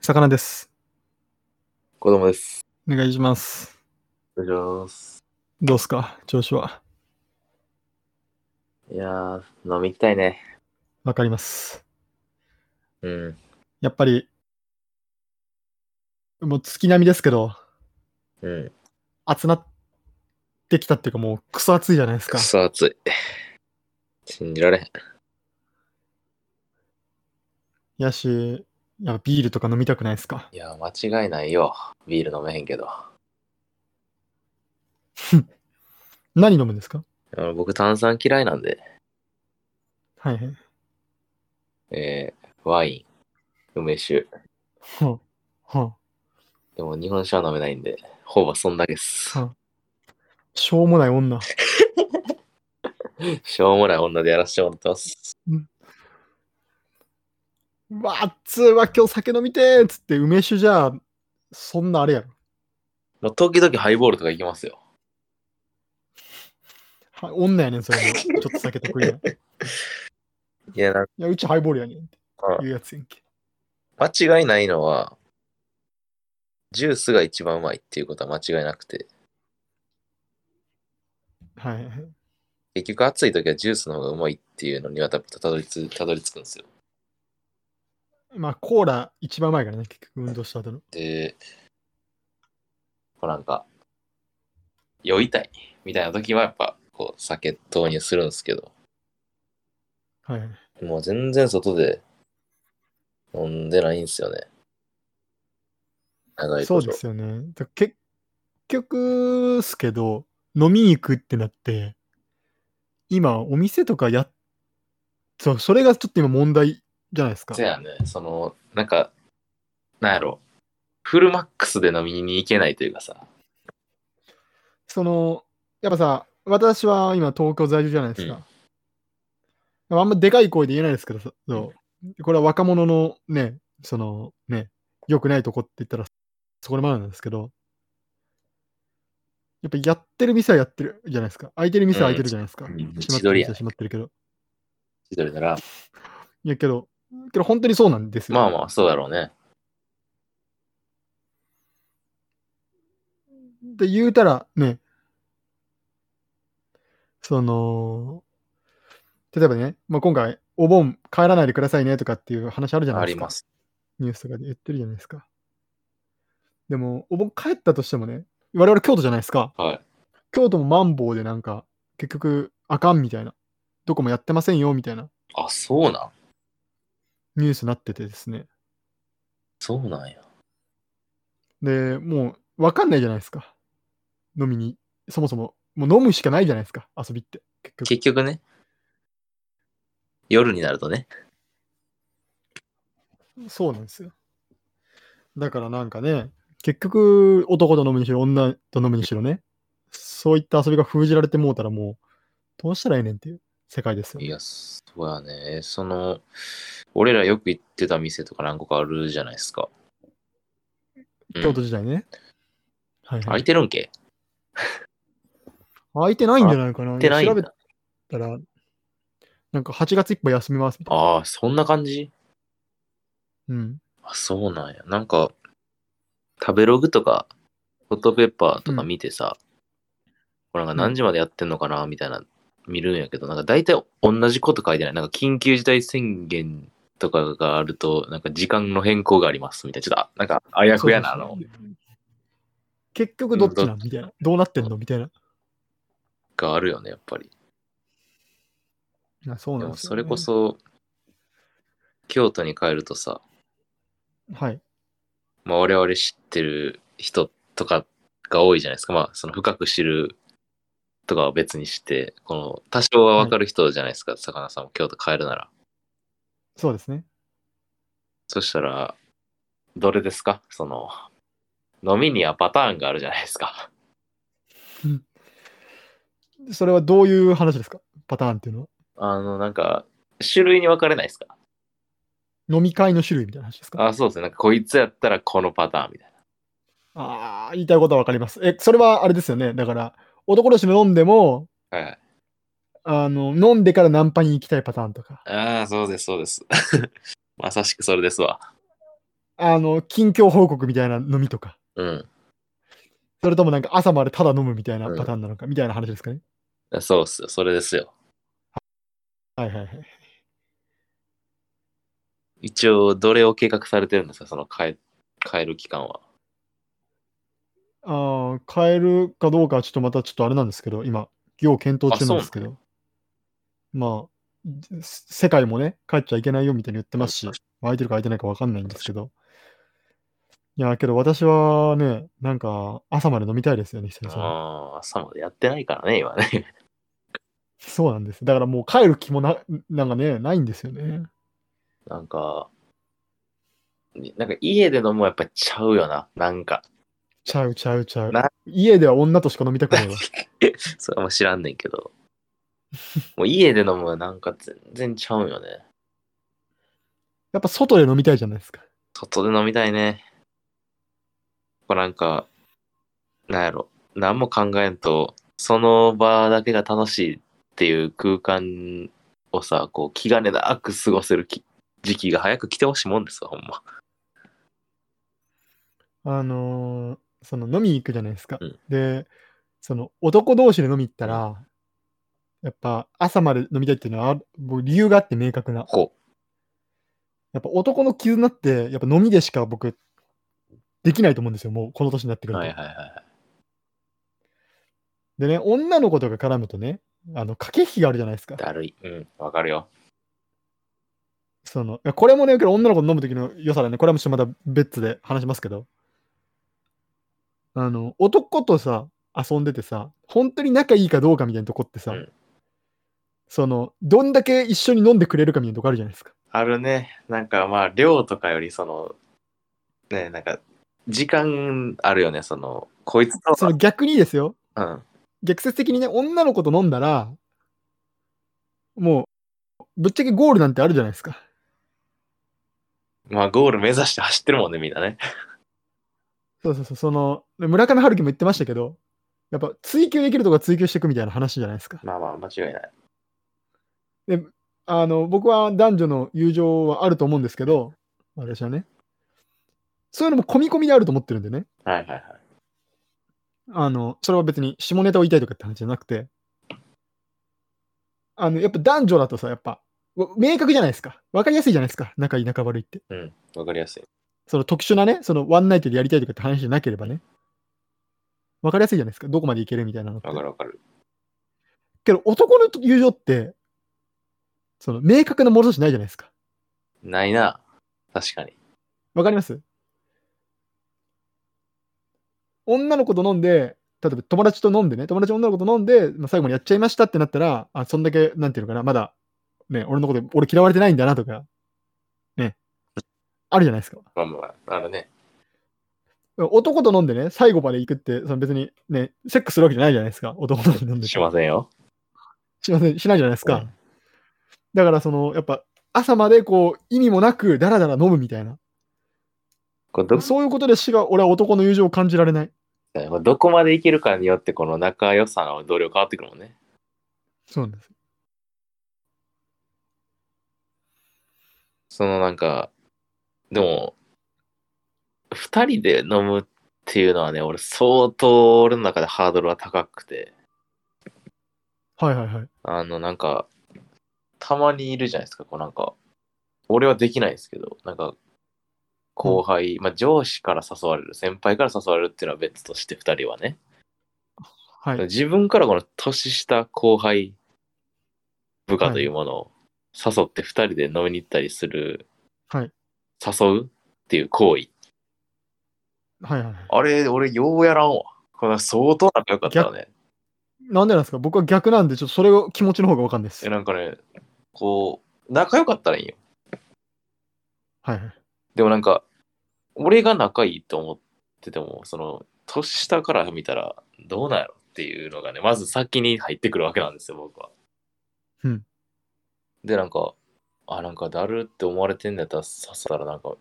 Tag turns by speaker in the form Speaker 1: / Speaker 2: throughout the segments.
Speaker 1: 魚です。
Speaker 2: 子供です。
Speaker 1: お願いします。
Speaker 2: お願いします。
Speaker 1: どうすか調子は。
Speaker 2: いやー、飲み行きたいね。
Speaker 1: わかります。
Speaker 2: うん。
Speaker 1: やっぱり、もう月並みですけど、
Speaker 2: うん。
Speaker 1: 暑なってきたっていうかもうクソ暑いじゃないです
Speaker 2: く
Speaker 1: か。
Speaker 2: そ暑い。信じられへん。
Speaker 1: やし、やっぱビールとか飲みたくないですか
Speaker 2: いやー、間違いないよ。ビール飲めへんけど。
Speaker 1: 何飲むんですか
Speaker 2: あの僕、炭酸嫌いなんで、
Speaker 1: はいはい。
Speaker 2: えー、ワイン、梅酒。
Speaker 1: はあ、はあ、
Speaker 2: でも、日本酒は飲めないんで、ほぼそんだけっす
Speaker 1: は。しょうもない女。
Speaker 2: しょうもない女でやらせてもらってます。
Speaker 1: うわっつーわ、今日酒飲みてーっつって梅酒じゃあ、そんなあれやろ。
Speaker 2: もう、時々ハイボールとか行きますよ。
Speaker 1: は女やねん、それも。ちょっと酒得意な。い
Speaker 2: いや、なんか
Speaker 1: や、うちハイボールやねんって言うやつやんけ。
Speaker 2: 間違いないのは、ジュースが一番うまいっていうことは間違いなくて、
Speaker 1: はいはいはい。
Speaker 2: 結局暑い時はジュースの方がうまいっていうのにはたたどりつたどり着くんですよ。
Speaker 1: まあ、コーラ一番前からね、結局運動した後の。
Speaker 2: で、こうなんか、酔いたいみたいな時はやっぱこう酒投入するんですけど、
Speaker 1: はいはい。
Speaker 2: もう全然外で飲んでないんですよね。長い
Speaker 1: そ
Speaker 2: こ
Speaker 1: うで
Speaker 2: と。
Speaker 1: すよね。だ結局っすけど、飲みに行くってなって、今、お店とかやっ、そう、それがちょっと今問題じゃないですか。
Speaker 2: せやね、その、なんか、なんやろ、フルマックスで飲みに行けないというかさ、
Speaker 1: その、やっぱさ、私は今東京在住じゃないですか。あんまでかい声で言えないですけど、そうこれは若者のね、そのね、良くないとこって言ったら、そこでもあるんですけど、やっぱやってる店はやってるじゃないですか。空いてる店は空いてるじゃないですか。
Speaker 2: うん
Speaker 1: 閉まってる
Speaker 2: 自撮りや
Speaker 1: 店は閉まってるけど。
Speaker 2: 一人なら、
Speaker 1: いやけど、けど本当にそうなんですよ。
Speaker 2: まあまあそうだろうね。
Speaker 1: で言うたらね、その、例えばね、まあ、今回、お盆帰らないでくださいねとかっていう話あるじゃな
Speaker 2: あ
Speaker 1: いで
Speaker 2: り
Speaker 1: すか。
Speaker 2: ます。
Speaker 1: ニュースとかで言ってるじゃないですか。でも、お盆帰ったとしてもね、我々京都じゃないですか。
Speaker 2: はい。
Speaker 1: 京都もマンボウでなんか、結局、あかんみたいな、どこもやってませんよみたいな
Speaker 2: あ、そうなん
Speaker 1: ニュースになっててですね。
Speaker 2: そうなんや。
Speaker 1: で、もう、わかんないじゃないですか。飲みに、そもそも、もう飲むしかないじゃないですか、遊びって。結局。
Speaker 2: 結局ね、夜になるとね、
Speaker 1: そうなんですよ。だからなんかね、結局、男と飲むにしろ、女と飲むにしろね、そういった遊びが封じられてもうたらもう、どうしたらええねんっていう世界ですよ
Speaker 2: い。や、そうやね。その、俺らよく行ってた店とか何個かあるじゃないですか。うん
Speaker 1: 京都時代ね。はい、は
Speaker 2: 空
Speaker 1: い
Speaker 2: い。てるんけ
Speaker 1: 空いてないんじゃないかな。
Speaker 2: 空いてないん
Speaker 1: 調
Speaker 2: だ
Speaker 1: べたら、なんか8月いっぱい休みますみたい
Speaker 2: ああ、そんな感じ
Speaker 1: な。うん。
Speaker 2: あ、そうなんや。なんか、食べログとか、ホットペッパーとか見てさ、これなんか何時までやってんのかなみたいな、見るんやけど、なんか大体同じこと書いてない。なんか緊急事態宣言とかがあると、なんか時間の変更がありますみたいな。ちょっとあ、なんかあやふやな、あ
Speaker 1: そうそ
Speaker 2: の
Speaker 1: うそう。結局どっちなんみたいな。どうなってんのみたいな。
Speaker 2: があるよね、やっぱり。
Speaker 1: いやそう
Speaker 2: で
Speaker 1: なん
Speaker 2: も
Speaker 1: ですよ
Speaker 2: それ
Speaker 1: ね
Speaker 2: こ。そ、京都に帰るとさ、
Speaker 1: はい。
Speaker 2: まあ、我々知ってる人とかが多いじゃないですか。まあ、その深く知るとかは別にして、この多少はわかる人じゃないですか、魚さんも京都帰るなら。
Speaker 1: そうですね。
Speaker 2: そしたら、どれですかその、飲みにはパターンがあるじゃないですか。
Speaker 1: それはどういう話ですかパターンっていうのは。
Speaker 2: あの、なんか、種類に分かれないですか
Speaker 1: 飲み会の種類みたいな話ですか
Speaker 2: あ、そうですね。なんか、こいつやったらこのパターンみたいな。
Speaker 1: ああ、言いたいことはわかります。え、それはあれですよね。だから、男同士の飲んでも、
Speaker 2: はいはい。
Speaker 1: あの、飲んでからナンパに行きたいパターンとか。
Speaker 2: ああ、そうです、そうです。まさしくそれですわ。
Speaker 1: あの、近況報告みたいな飲みとか、
Speaker 2: うん。
Speaker 1: それともなんか朝までただ飲むみたいなパターンなのか、みたいな話ですかね。
Speaker 2: そうっすよ。それですよ。
Speaker 1: はいはいはい。
Speaker 2: 一応、どれを計画されてるんですかその変え、変える期間は。
Speaker 1: ああ、変えるかどうかはちょっとまたちょっとあれなんですけど、今、要検討中なんですけど、まあ、せ世界もね、帰っちゃいけないよみたいに言ってますし、空いてるか空いてないか分かんないんですけど、いや、けど私はね、なんか朝まで飲みたいですよね、久々に。
Speaker 2: ああ、朝までやってないからね、今ね。
Speaker 1: そうなんです。だからもう帰る気もな、なんかね、ないんですよね。
Speaker 2: なんか、なんか家で飲むはやっぱちゃうよな。なんか。
Speaker 1: ちゃうちゃうちゃう
Speaker 2: な。
Speaker 1: 家では女としか飲みたくないわ。
Speaker 2: それはもう知らんねんけど。もう家で飲むはなんか全然ちゃうんよね。
Speaker 1: やっぱ外で飲みたいじゃないですか。
Speaker 2: 外で飲みたいね。こうなんか、なんやろ。何も考えんと、その場だけが楽しいっていう空間をさ、こう気兼ねなく過ごせるき時期が早く来てほしいもんですわ、ほんま。
Speaker 1: あのーその飲み行くじゃないですか。
Speaker 2: うん
Speaker 1: で、その男同士で飲み行ったら、やっぱ朝まで飲みたいっていうのは、あ僕理由があって明確な。
Speaker 2: こ
Speaker 1: やっぱ男の絆って、やっぱ飲みでしか僕、できないと思うんですよ、もうこの年になってく
Speaker 2: う。
Speaker 1: ると。
Speaker 2: はいはいはい。
Speaker 1: でね、女の子とか絡むとね、あの駆け引きがあるじゃないですか。
Speaker 2: だるい。うん、わかるよ。
Speaker 1: そのいやこれもね、けど女の子と飲む時の良さだね、これはもうちょっとまた別で話しますけど、あの、男とさ、遊んでてさ、本当に仲いいかどうかみたいなとこってさ、
Speaker 2: うん
Speaker 1: その、どんだけ一緒に飲んでくれるかみたいなとこあるじゃないですか。
Speaker 2: あるね。なんかまあ、量とかより、その、ね、なんか、時間あるよね、その、こいつと
Speaker 1: その逆にですよ、
Speaker 2: うん、
Speaker 1: 逆説的にね、女の子と飲んだら、もう、ぶっちゃけゴールなんてあるじゃないですか。
Speaker 2: まあ、ゴール目指して走ってるもんね、みんなね。
Speaker 1: そうそうそう、その、村上春樹も言ってましたけど、やっぱ追求できるとこは追求していくみたいな話じゃないですか。
Speaker 2: まあまあ、間違いない。
Speaker 1: あの、僕は男女の友情はあると思うんですけど、私はね。そういうのも込み込みであると思ってるんでね。
Speaker 2: はいはいはい。
Speaker 1: あの、それは別に下ネタを言いたいとかって話じゃなくて、あの、やっぱ男女だとさ、やっぱ、わ明確じゃないですか。わかりやすいじゃないですか。仲いい、仲悪いって。
Speaker 2: うん、わかりやすい。
Speaker 1: その特殊なね、そのワンナイトでやりたいとかって話じゃなければね。わかりやすいじゃないですか。どこまでいけるみたいなのって
Speaker 2: わ。かるわかる。
Speaker 1: けど、男の友情って、その明確なものとしてないじゃないですか。
Speaker 2: ないな。確かに。
Speaker 1: わかります女の子と飲んで、例えば友達と飲んでね、友達女の子と飲んで、まあ、最後までやっちゃいましたってなったら、あ、そんだけ、なんていうのかな、まだ、ね、俺のこと、俺嫌われてないんだなとか、ね、あるじゃないですか。
Speaker 2: まあまあ、あのね。
Speaker 1: 男と飲んでね、最後まで行くって、その別にね、セックスするわけじゃないじゃないですか。男と飲んでて。
Speaker 2: しませんよ。
Speaker 1: しません、しないじゃないですか。
Speaker 2: うん
Speaker 1: だから、その、やっぱ、朝までこう、意味もなく、だらだら飲むみたいな。
Speaker 2: これど
Speaker 1: そういうことでしか、俺は男の友情を感じられない。
Speaker 2: これどこまでいけるかによって、この仲良さの同僚変わってくるもんね。
Speaker 1: そうなんです。
Speaker 2: そのなんか、でも、二人で飲むっていうのはね、俺相当俺の中でハードルは高くて、
Speaker 1: はいはいはい。
Speaker 2: あのなんか、たまにいるじゃないですか、こうなんか、俺はできないですけど、なんか、後輩、まあ上司から誘われる、先輩から誘われるっていうのは別として二人はね、
Speaker 1: はい。
Speaker 2: 自分からこの年下後輩部下というものを誘って二人で飲みに行ったりする、
Speaker 1: はい
Speaker 2: 誘うっていう行為。
Speaker 1: はいはいはい。
Speaker 2: あれ、俺、ようやらんわ。これ相当仲良かったわね。
Speaker 1: なんでなんですか僕は逆なんで、ちょっとそれを気持ちの方がわかんないです。
Speaker 2: え
Speaker 1: はい
Speaker 2: なんかね、こう、仲良かったらいいよ。
Speaker 1: はい。
Speaker 2: でもなんか、俺が仲いいと思ってても、その、年下から見たらどうなんやろっていうのがね、まず先に入ってくるわけなんですよ、僕は。
Speaker 1: うん。
Speaker 2: で、なんか、あ、なんかだるって思われてんだったら、させたらなんか、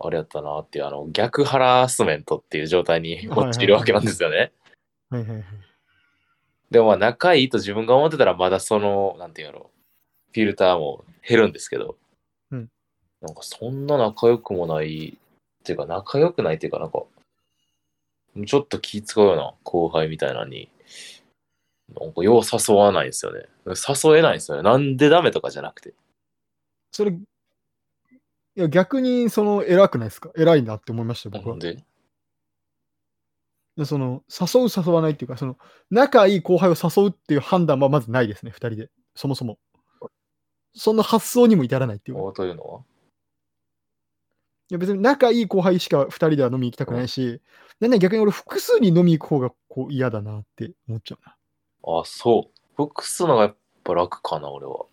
Speaker 2: あれやったなっていう、あの、逆ハラスメントっていう状態に陥るわけなんですよね。
Speaker 1: はいはいはい。
Speaker 2: でもまあ仲いいと自分が思ってたらまだその、なんていうの、フィルターも減るんですけど、
Speaker 1: うん
Speaker 2: なんかそんな仲良くもない、っていうか仲良くないっていうかなんか、ちょっと気使うような後輩みたいなのに、なんかよう誘わないんですよね。誘えないんですよね。なんでダメとかじゃなくて。
Speaker 1: それ、いや逆にその偉くないですか偉いなって思いましたよ、僕
Speaker 2: な
Speaker 1: は
Speaker 2: ん。で
Speaker 1: でその誘う、誘わないっていうか、その仲いい後輩を誘うっていう判断はまずないですね、2人で、そもそも。その発想にも至らないっていうか。い
Speaker 2: おというのは
Speaker 1: や別に仲いい後輩しか2人では飲み行きたくないし、なんなら逆に俺、複数に飲み行く方がこう嫌だなって思っちゃうな。
Speaker 2: あ、そう。複数のがやっぱ楽かな、俺は。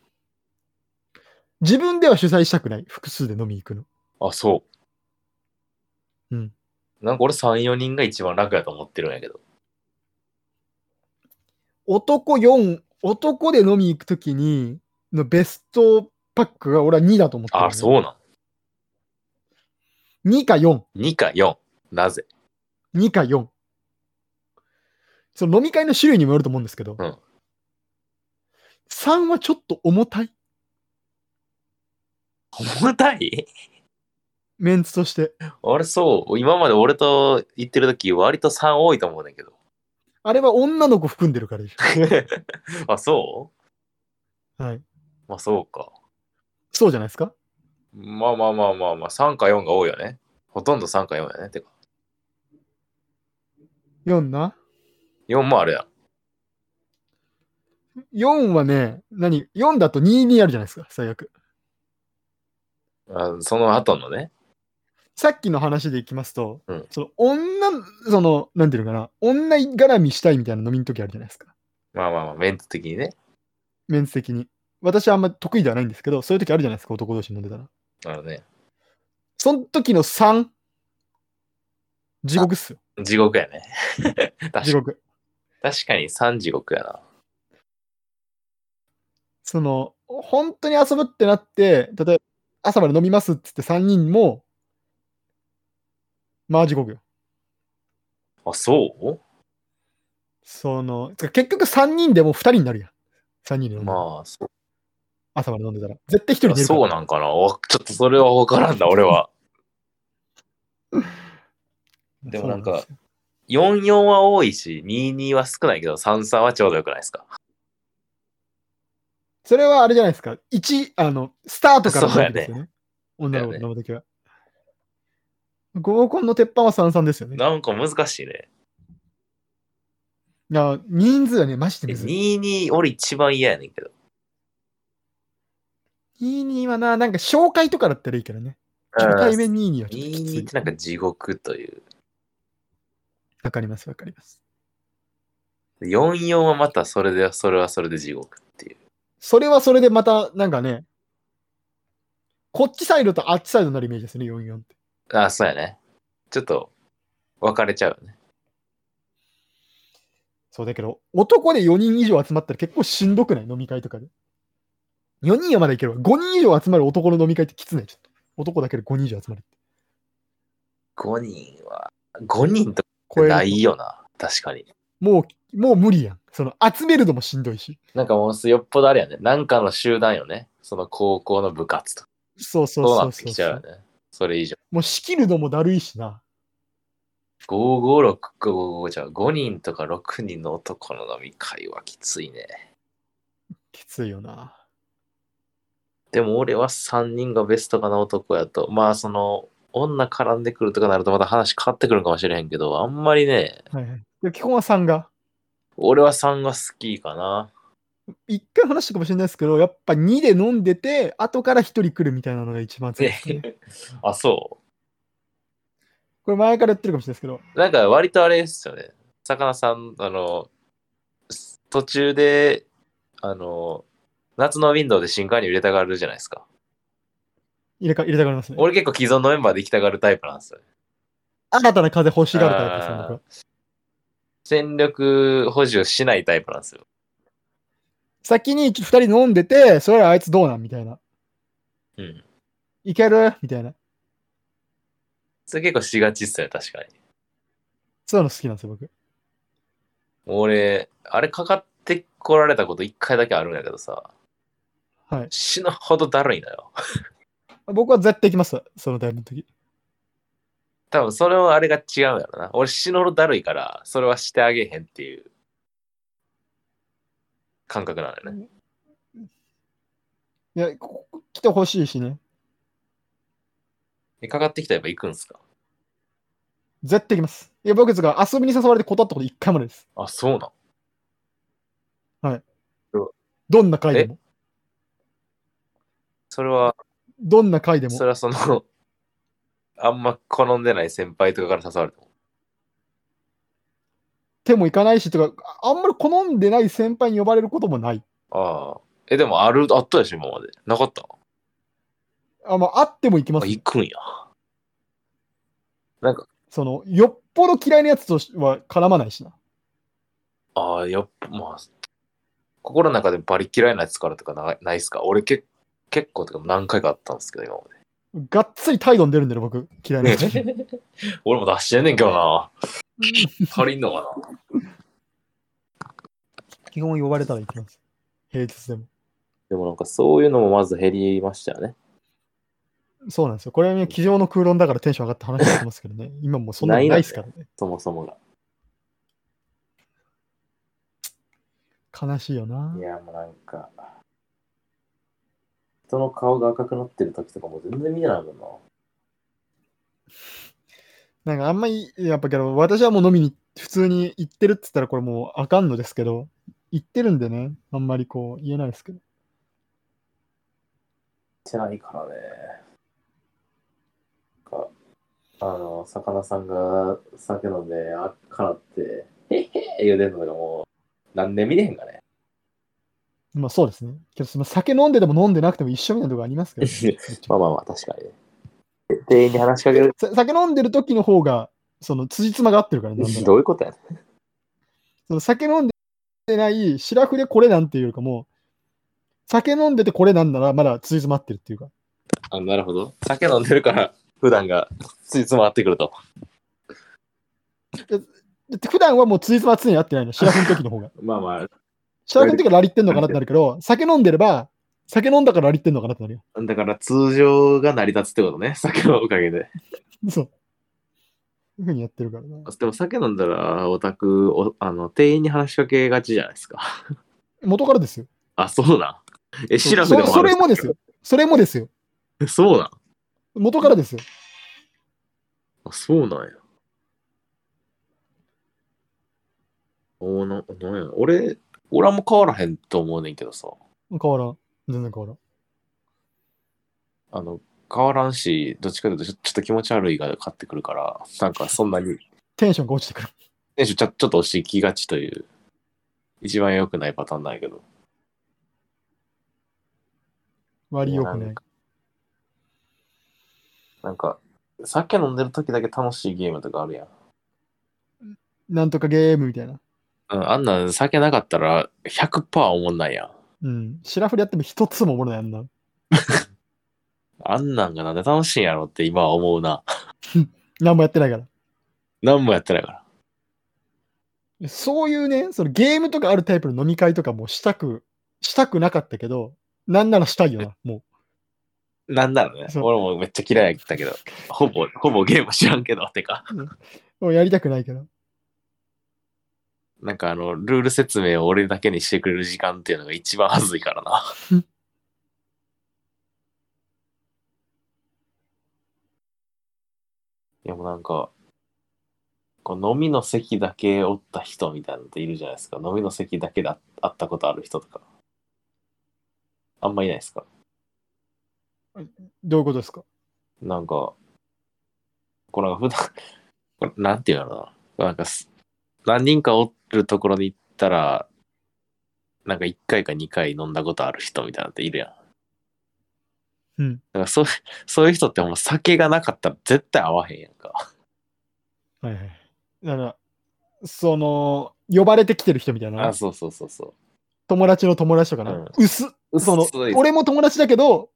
Speaker 1: 自分では主催したくない、複数で飲み行くの。
Speaker 2: あ、そう。
Speaker 1: うん。
Speaker 2: なんか俺3、4人が一番楽やと思ってるんやけど。
Speaker 1: 男4、男で飲み行くときにのベストパックが俺は2だと思ってる、
Speaker 2: あ、そうな
Speaker 1: う ?2 か4。
Speaker 2: ん。2か4。なぜ
Speaker 1: 2か4。その飲み会の種類にもよると思うんですけど、
Speaker 2: うん
Speaker 1: 3はちょっと重たい、
Speaker 2: 重た い
Speaker 1: メンツとして。
Speaker 2: 俺そう。今まで俺と言ってる時割と3多いと思うねんだけど。
Speaker 1: あれは女の子含んでるからでし
Speaker 2: あ、そ
Speaker 1: ょ。はい。
Speaker 2: うまあそうか。
Speaker 1: そうじゃないですか
Speaker 2: まあまあまあまあまあ、3か4が多いよね。ほとんど3か4やね。てか、
Speaker 1: ?4 な。
Speaker 2: 4もあるやん。
Speaker 1: 4はね、何 ?4 だと2にあるじゃないですか、最悪。
Speaker 2: あその後のね。
Speaker 1: さっきの話でいきますと、
Speaker 2: うん
Speaker 1: その女、その、なんていうのかな、女絡みしたいみたいな飲みの時あるじゃないですか。
Speaker 2: まあまあまあ、メンツ的にね。
Speaker 1: メンツ的に。私はあんま得意ではないんですけど、そういう時あるじゃないですか、男同士飲んでたら。
Speaker 2: あのね、
Speaker 1: その時の3、地獄っすよ。
Speaker 2: 地獄やね。 確か
Speaker 1: 地獄。
Speaker 2: 確かに3地獄やな。
Speaker 1: その、本当に遊ぶってなって、例えば朝まで飲みますっつって3人も、まあ地獄よ。
Speaker 2: あ、そう
Speaker 1: その、つか結局3人でもう2人になるやん。3人で飲んで、
Speaker 2: まあ、そう
Speaker 1: 朝まで飲んでたら。絶対1人
Speaker 2: あ
Speaker 1: 寝るから
Speaker 2: そうなんかなおちょっとそれは分からんだ、俺は。でもなんか
Speaker 1: そうですよ
Speaker 2: 44は多いし、22は少ないけど、33はちょうどよくないですか。
Speaker 1: それはあれじゃないですか。1、あの、スタートからの
Speaker 2: そうやね
Speaker 1: ですよね。女の子
Speaker 2: だ
Speaker 1: と
Speaker 2: よね
Speaker 1: 飲む時は。合コンの鉄板は33ですよね。
Speaker 2: なんか難しいね。
Speaker 1: いや人数はね、マジで
Speaker 2: え
Speaker 1: むずい。
Speaker 2: 22、俺一番嫌やねんけど。
Speaker 1: 22はな、なんか紹介とかだったらいいけどね。初対面22はちょっときつ
Speaker 2: 22
Speaker 1: い
Speaker 2: って。なんか地獄という。
Speaker 1: わかります、わかります。
Speaker 2: 44はまたそれで、それはそれで地獄っていう。
Speaker 1: それはそれでまた、なんかね、こっちサイドとあっちサイドになるイメージですね、44って。
Speaker 2: あ、そうやね。ちょっと、分かれちゃうよね。
Speaker 1: そうだけど、男で4人以上集まったら結構しんどくない飲み会とかで。4人はまだいけるわ。5人以上集まる男の飲み会ってきつないちょっと。男だけで5人以上集まる。
Speaker 2: 5人は、5人と
Speaker 1: 超えると
Speaker 2: ないよな。確かに。
Speaker 1: もう、もう無理やん。その、集めるのもしんどいし。
Speaker 2: なんかもうよっぽどあれやね。なんかの集団よね。その高校の部活とか。
Speaker 1: そうそう
Speaker 2: そう
Speaker 1: そ
Speaker 2: な
Speaker 1: う
Speaker 2: って
Speaker 1: そう
Speaker 2: きちゃうよね。それ以上。
Speaker 1: もう仕切るのもだるいしな。
Speaker 2: 556、555じゃう5人とか6人の男の飲み会はきついね。
Speaker 1: きついよな。
Speaker 2: でも俺は3人がベストかな男やと。まあその、女絡んでくるとかなるとまた話変わってくるかもしれへんけど、あんまりね、
Speaker 1: はいはい。で、基本は3が。
Speaker 2: 俺は3が好きかな。
Speaker 1: 一回話したかもしれないですけど、やっぱ2で飲んでて、後から1人来るみたいなのが一番辛いですね。
Speaker 2: あ、そ
Speaker 1: これ前から言ってるかもしれないですけど、
Speaker 2: う。なんか割とあれですよね。魚さん、あの、途中で、あの、夏のウィンドウで新刊に入れたがるじゃないですか。
Speaker 1: 入れか入れたがりますね。
Speaker 2: 俺結構既存のメンバーで行きたがるタイプなんですよね。
Speaker 1: 新たな風欲しがるタイプですね、
Speaker 2: あー
Speaker 1: 僕は。
Speaker 2: 戦力補充しないタイプなんですよ。
Speaker 1: 先に2人飲んでて、それよりあいつどうなんみたいな。
Speaker 2: うん。
Speaker 1: いけるみたいな。
Speaker 2: それ結構しがちっすよね、確かに。
Speaker 1: そういうの好きなんですよ、僕。
Speaker 2: 俺、あれかかってこられたこと一回だけあるんやけどさ、
Speaker 1: はい。
Speaker 2: 死ぬほどだるいのよ。
Speaker 1: 僕は絶対行きます、そのタイプの時。
Speaker 2: 多分それはあれが違うやろな。俺死ぬほどだるいから、それはしてあげへんっていう感覚なのよね。
Speaker 1: いや、ここ来てほしいしね。
Speaker 2: えかかってきたらやっぱ行くんすか
Speaker 1: 絶対行きます。いや、僕ですが遊びに誘われて断ったこと一回もないです。
Speaker 2: あ、そうなん。
Speaker 1: どんな回でも。
Speaker 2: それは、
Speaker 1: どんな回でも
Speaker 2: そ。れはその、あんま好んでない先輩とかから誘われても。
Speaker 1: 手も行かないし、とか、ああんまり好んでない先輩に呼ばれることもない。
Speaker 2: ああ。え、でもある、あったでしょ、今まで。なかった
Speaker 1: あまあ、あっても行きま
Speaker 2: あ、
Speaker 1: す。
Speaker 2: 行くんや。なんか、
Speaker 1: その、よっぽど嫌いなやつとは絡まないしな。
Speaker 2: ああ、やっぱ、まあ、心の中でバリ嫌いなやつからとかなないっすか俺け結構とか何回かあったんですけど、今まで。
Speaker 1: がっつり態度に出るんだよ、僕。嫌いなや つ。
Speaker 2: 俺も出してんねんけど な。足りんのかな
Speaker 1: 基本呼ばれたら行きます。平日でも。
Speaker 2: でもなんかそういうのもまず減りましたよね。
Speaker 1: そうなんですよ。これはね、机上の空論だからテンション上がって話してますけどね。 今もうそんな
Speaker 2: な
Speaker 1: に
Speaker 2: いの
Speaker 1: な
Speaker 2: ね
Speaker 1: いですからね。
Speaker 2: そもそもが。
Speaker 1: 悲しいよな。
Speaker 2: や、もうなんか。人の顔が赤くなってる時とかも全然見てないもんな。
Speaker 1: なんかあんまり、やっぱけど、私はもう飲みに普通に行ってるって言ったらこれもうあかんのですけど、行ってるんでね、あんまりこう言えないですけど。
Speaker 2: してないからね。なんか、あの、魚さんが酒飲んで、あっからって、へっへー言うてんのとかもう、なんで見れへんかね。
Speaker 1: まあそうですね。けど、その酒飲んでても飲んでなくても一緒みたいなとこありますけど、
Speaker 2: まあまあまあ、確かにね。店員に話しかける。
Speaker 1: さ酒飲んでる時の方が、その辻褄が合って るからね。なんなら
Speaker 2: どういうことやね
Speaker 1: その酒飲んでない、白フでこれなんていうよりかも、酒飲んでてこれなんならまだついつまってるっていうか。
Speaker 2: あ、なるほど。酒飲んでるから、普段がついつも合ってくると。
Speaker 1: だって普段はもうついつまは常に合ってないの、白フの時の方 が。
Speaker 2: まあま
Speaker 1: 白フの時はラリってんのかなってなるけど、酒飲んでれば、酒飲んだからラリってんのかなってなるよ。
Speaker 2: あ、だから通常が成り立つってことね。酒のおかげで。
Speaker 1: そう。いうふうにやってるからな。
Speaker 2: でも酒飲んだら、オタク、おあの、店員に話しかけがちじゃないですか。
Speaker 1: 元からですよ。
Speaker 2: あ、そうなん。え、シラフでもあ
Speaker 1: そ
Speaker 2: る
Speaker 1: それもですよ。それもですよ。
Speaker 2: えそうなん。
Speaker 1: 元からですよ。
Speaker 2: あ、そうなんや。おな、なんや。俺、俺はもう変わらへんと思うねんけどさ。
Speaker 1: 変わらん。全然変わらん。
Speaker 2: あの、変わらんし、どっちかというとちょ、ちょっと気持ち悪いが勝ってくるから、なんかそんなに、
Speaker 1: テンションが落ちてくる。
Speaker 2: 選手ちょちょっと押してきがちという、一番良くないパターンなんやけど。
Speaker 1: 割りよく
Speaker 2: いや
Speaker 1: な
Speaker 2: ないん。なんか、酒飲んでる時だけ楽しいゲームとかあるやん。
Speaker 1: なんとかゲームみたいな。
Speaker 2: うん、あんなん酒なかったら100%おもんないやん。
Speaker 1: うん。白フでやっても一つもおもろないあんな。
Speaker 2: あんなんがなんで楽しいんやろって今は思うな。
Speaker 1: 何もやってないから。
Speaker 2: 何もやってないから。
Speaker 1: そういうね、そのゲームとかあるタイプの飲み会とかもしたく、したくなかったけど、なんならしたいよな、も
Speaker 2: なんならね、
Speaker 1: そう
Speaker 2: 俺もめっちゃ嫌いやったけど、ほぼ、ほぼゲーム知らんけど、てか。
Speaker 1: う。もうやりたくないけど。
Speaker 2: なんかあの、ルール説明を俺だけにしてくれる時間っていうのが一番恥ずいからな。いやもうなんか、こう飲みの席だけおった人みたいなのっているじゃないですか。飲みの席だけであ会ったことある人とか。あんまいないですか
Speaker 1: どういうことですか
Speaker 2: なんか、こうなんか普段 これ、なんていうのかな。こうなんかす、何人かおるところに行ったら、なんか1回か2回飲んだことある人みたいなのっているやん。
Speaker 1: うん
Speaker 2: だからそう、そういう人ってもう酒がなかったら絶対合わへんやんか。
Speaker 1: はいはい。だから、その、呼ばれてきてる人みたいな
Speaker 2: あ、。そうそうそうそ
Speaker 1: 友達の友達とかな。
Speaker 2: うん
Speaker 1: 薄っ
Speaker 2: う。
Speaker 1: その
Speaker 2: 薄い、
Speaker 1: 俺も友達だけど、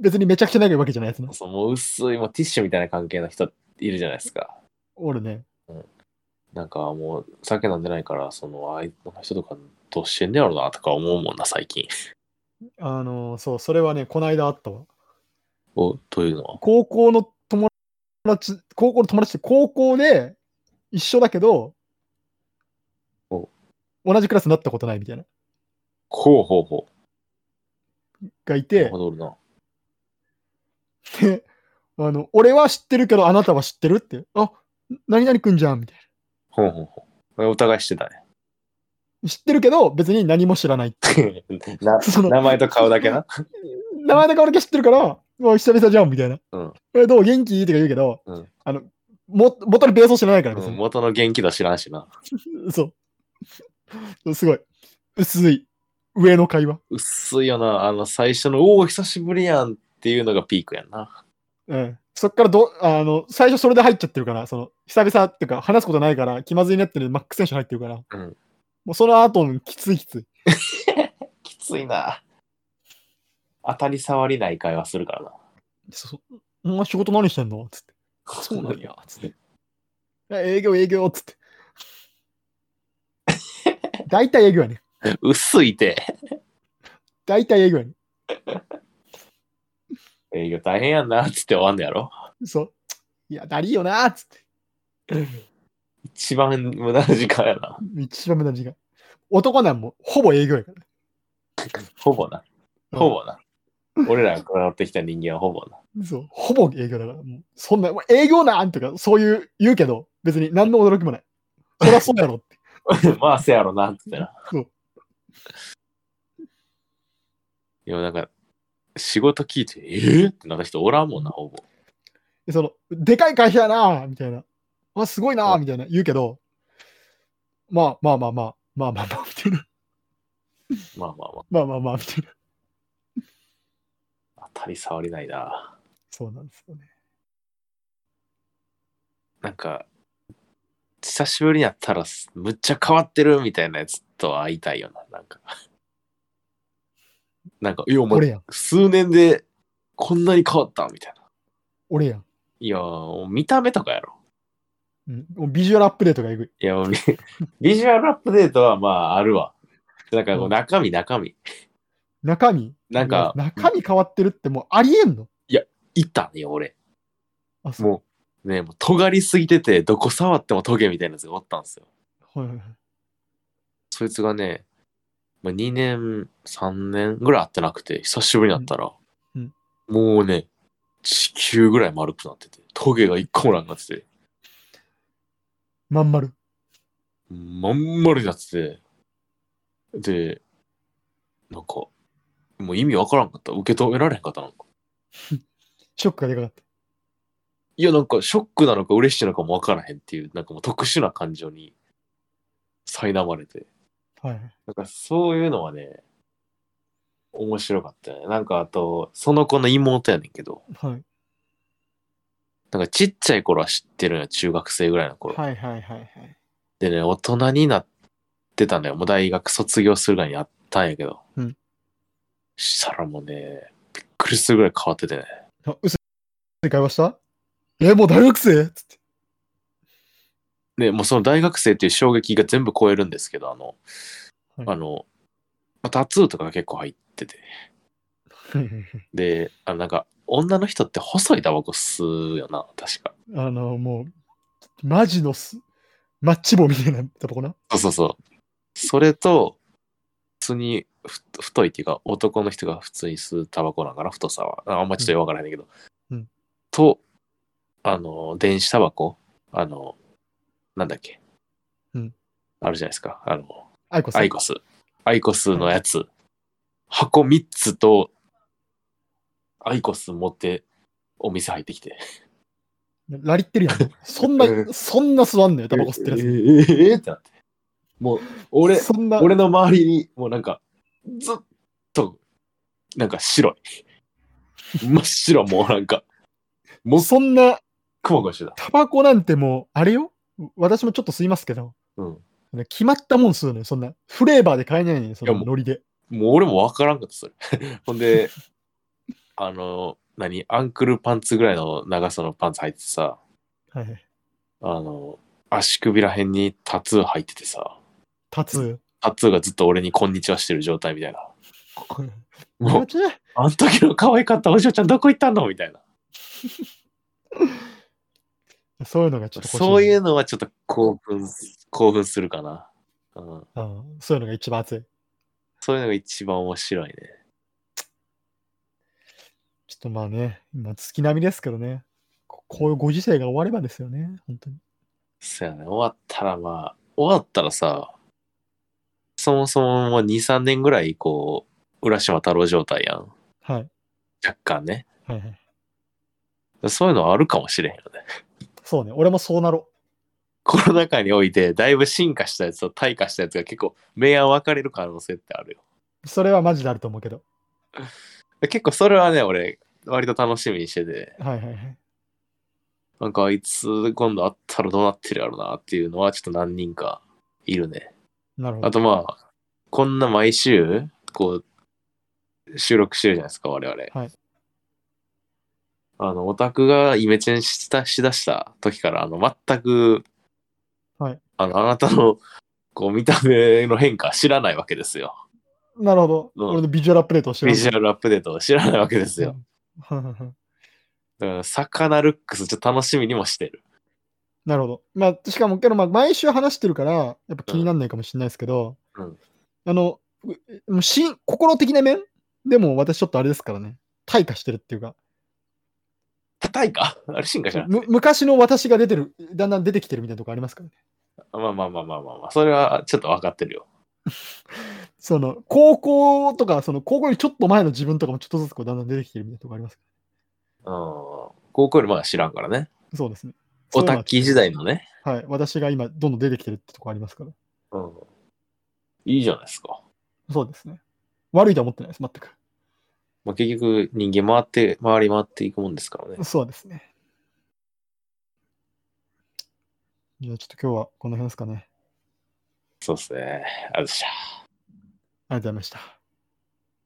Speaker 1: 別にめちゃくちゃ長いわけじゃないやつな。
Speaker 2: そう、もう薄い、もうティッシュみたいな関係の人いるじゃないですか。
Speaker 1: 俺ね。
Speaker 2: なんかもう酒飲んでないから、その、あいつの人とかどうしてんねやろなとか思うもんな、最近。
Speaker 1: あの、そう、それはね、こないだあったわ。
Speaker 2: お、というのは。
Speaker 1: 高校の友達、高校の友達って高校で一緒だけど、
Speaker 2: お
Speaker 1: 同じクラスになったことないみたいな、
Speaker 2: ほうほうほ。
Speaker 1: がいう
Speaker 2: なる
Speaker 1: て
Speaker 2: ほ、どおるな。
Speaker 1: であの、俺は知ってるけど、あなたは知ってるって、あ、何々くんじゃんみたい
Speaker 2: ほうほうほ う。お互いしてた
Speaker 1: な。知ってるけど、別に何も知らない って。
Speaker 2: ね。な
Speaker 1: その
Speaker 2: 名前と顔だけな。
Speaker 1: 名前だけ俺が知ってるから、もう久々じゃんみたいな。
Speaker 2: うん
Speaker 1: え、どう元気とか言うけど、
Speaker 2: うん
Speaker 1: あの、も、元にベースを知らないから、別
Speaker 2: うん
Speaker 1: に。
Speaker 2: 元の元気度知らんしな。
Speaker 1: そう。すごい。薄い。上の会話。
Speaker 2: 薄いよな。あの、最初の、おお、久しぶりやんっていうのがピークやんな。
Speaker 1: うん。そっからど、あの、最初それで入っちゃってるから、その、久々っていうか、話すことないから、気まずいなってるマックス選手入ってるから、
Speaker 2: うん
Speaker 1: もうその後のきついきつい。
Speaker 2: きついな。当たり障りない会話するからな。
Speaker 1: そお前仕事何してんのつって。そうなん
Speaker 2: い
Speaker 1: や、つって。いや営業、営業、つって。大体営業やね。
Speaker 2: 薄いて。
Speaker 1: 大体営業やね。
Speaker 2: 営業大変やんな、つって終わんのやろ。
Speaker 1: そう。いや、だりいよな、つって。
Speaker 2: 一番無駄な時間やな。
Speaker 1: 一番無駄な時間。男なんも、ほぼ営業やから。
Speaker 2: ほぼな。ほぼな。俺らが関わってきた人間はほぼな。
Speaker 1: そう、ほぼ営業だから、もうそんな、もう営業なんとか、そういう言うけど、別に何の驚きもない。そりゃそうやろって。
Speaker 2: まあ、せやろな、つってな。
Speaker 1: そう
Speaker 2: いや、なんか、仕事聞いて、えー、ってなった人おらんもんな、ほぼ。
Speaker 1: で その、でかい会社やなみたいな。あ、すごいな
Speaker 2: うん
Speaker 1: みたいな言うけど、まあまあまあまあ、まあまあまあ、みたいな。
Speaker 2: まあまあま
Speaker 1: まあまあまあ、みたいな。
Speaker 2: あ、当たり障りないな。
Speaker 1: そうなんですよね。
Speaker 2: なんか、久しぶりにやったら、むっちゃ変わってるみたいなやつとは会いたいよな、なんか。なんか、いや、お
Speaker 1: 俺
Speaker 2: 前、
Speaker 1: やん、
Speaker 2: 数年でこんなに変わったみたいな。
Speaker 1: 俺やん。
Speaker 2: いやー、見た目とかやろ。
Speaker 1: うん、もうビジュアルアップデートがえぐい。
Speaker 2: いや、もう ビビジュアルアップデートはまああるわ。なんかこ
Speaker 1: う
Speaker 2: うん中身中身。
Speaker 1: 中身
Speaker 2: なんか
Speaker 1: いや中身変わってるってもうありえんの
Speaker 2: いたね、俺。
Speaker 1: あ、そう。
Speaker 2: もう、ね、もう尖りすぎてて、どこ触ってもトゲみたいなやつがおったんですよ。
Speaker 1: はいはいはい。
Speaker 2: そいつがね、まあ、2年、3年ぐらい会ってなくて、久しぶりになったら、
Speaker 1: うん
Speaker 2: もうね、地球ぐらい丸くなってて、トゲが一個もなくなってて、
Speaker 1: まん丸。
Speaker 2: まん丸になってて、で、なんか、もう意味わからんかった。受け止められへんかったなんか。
Speaker 1: ショックがでかかった。
Speaker 2: いや、なんか、ショックなのか嬉しいのかもわからへんっていう、なんかもう特殊な感情に苛まれて。
Speaker 1: はいはい。
Speaker 2: なんか、そういうのはね、面白かったね。なんか、あと、その子の妹やねんけど、
Speaker 1: はい
Speaker 2: なんか、ちっちゃい頃は知ってるのよ、中学生ぐらいの頃。
Speaker 1: はいはいはいはい。
Speaker 2: でね、大人になってたのよ。もう大学卒業するぐらいにやったんやけど。
Speaker 1: うん
Speaker 2: したらもうね、びっくりするぐらい変わっててね。
Speaker 1: あ、嘘で会話したえ、もう大学生つって。
Speaker 2: で、もうその大学生っていう衝撃が全部超えるんですけど、あの、
Speaker 1: はい
Speaker 2: あの、まあタトゥーとかが結構入ってて。で、あのなんか、女の人って細いタバコ吸うよな、確か。
Speaker 1: あの、もう、マジのす、マッチ棒みたいなタバコな。
Speaker 2: そうそうそう。それと、普通にふ太いっていうか、男の人が普通に吸うタバコなんかな、太さは。ああんまちょっとよくわからへんけど。
Speaker 1: うん
Speaker 2: と、あの、電子タバコあの、なんだっけ。
Speaker 1: うん
Speaker 2: あるじゃないですか。あの、
Speaker 1: アイコス。
Speaker 2: アイコス。アイコスのやつ。箱3つと、アイコス持って、お店入ってきて。
Speaker 1: ラリってるやん。そんな
Speaker 2: う、
Speaker 1: そんな吸わんのよ、タバコ吸ってるや
Speaker 2: えええええってなって。もう、
Speaker 1: つ。
Speaker 2: 俺、
Speaker 1: そんな、
Speaker 2: 俺の周りに、もうなんか、ずっと、なんか白い。真っ白、もうなんか、もう
Speaker 1: そんな、
Speaker 2: くまくましてた。
Speaker 1: タバコなんてもう、あれよ私もちょっと吸いますけど、
Speaker 2: うん。
Speaker 1: 決まったもん吸うのよ、そんな。フレーバーで買えないのよ、その
Speaker 2: いやもう
Speaker 1: ノリで。
Speaker 2: もう俺もわからんかった、それ。 ほんで、あの、何アンクルパンツぐらいの長さのパンツ履いててさ、
Speaker 1: はいはい。
Speaker 2: あの、足首ら辺にタトゥー入っててさ、
Speaker 1: 立つ。
Speaker 2: タトゥーがずっと俺にこんにちはしてる状態みたいな。もう、
Speaker 1: 気持ちね
Speaker 2: あの時の可愛かったお嬢ちゃんどこ行ったのみたいな。
Speaker 1: そういうのがちょっと欲し
Speaker 2: そういうのはちょっと興奮す、興奮するかな。うん。
Speaker 1: うんそういうのが一番熱い。
Speaker 2: そういうのが一番面白いね。
Speaker 1: ちょっとまあね、今月並みですけどね、ここういうご時世が終わればですよね、本当に。
Speaker 2: そうやね。終わったらまあ、終わったらさ、そもそももう2、3年ぐらい、こう、浦島太郎状態やん。
Speaker 1: はい。
Speaker 2: 若干ね。
Speaker 1: はいはい。
Speaker 2: そういうのあるかもしれへんよね。
Speaker 1: そうね、俺もそうなろ
Speaker 2: コロナ禍において、だいぶ進化したやつと退化したやつが結構、明暗分かれる可能性ってあるよ。
Speaker 1: う。それはマジであると思うけど。
Speaker 2: で結構それはね、俺、割と楽しみにしてて、
Speaker 1: はいはいはい。
Speaker 2: なんかあいつ今度会ったらどうなってるやろなっていうのはちょっと何人かいるね。
Speaker 1: なるほど。
Speaker 2: あとまあ、こんな毎週、こう、収録してるじゃないですか、我々。
Speaker 1: はい
Speaker 2: あの、オタクがイメチェンしたしだした時から、あの、全く、
Speaker 1: はい
Speaker 2: あの、あなたの、こう、見た目の変化知らないわけですよ。
Speaker 1: なるほど。
Speaker 2: うん
Speaker 1: 俺のビジュアルアップデートをして
Speaker 2: ビジュアルアップデートを知らないわけですよ。
Speaker 1: うんはいはいはい
Speaker 2: だから、魚ルックス、ちょっと楽しみにもしてる。
Speaker 1: なるほど。まあ、しかも、けど、まあ、毎週話してるから、やっぱ気にならないかもしれないですけど、
Speaker 2: うん
Speaker 1: あの、うもうし心的な面でも私ちょっとあれですからね、退化してるっていうか、
Speaker 2: 高いかあれ進化じゃん。
Speaker 1: む昔の私が出てる、だんだん出てきてるみたいなとこありますからね。
Speaker 2: まあまあまあまあまあまあ、それはちょっと分かってるよ。
Speaker 1: その、高校とか、その、高校よりちょっと前の自分とかもちょっとずつこう、だんだん出てきてるみたいなとこありますか
Speaker 2: うん。高校よりまだ知らんからね。
Speaker 1: ら。そうですね。
Speaker 2: オタッキー時代のね。
Speaker 1: そういうのは。はい。私が今、どんどん出てきてるってとこありますから。
Speaker 2: うん。いいじゃないですか。
Speaker 1: そうですね。悪いとは思ってないです、全く。
Speaker 2: まあ、結局、人間回って、回り回っていくもんですからね。
Speaker 1: そうですね。じゃあちょっと今日はこの辺ですかね。
Speaker 2: そうですね。ありがとうございました。
Speaker 1: ありがとうございました。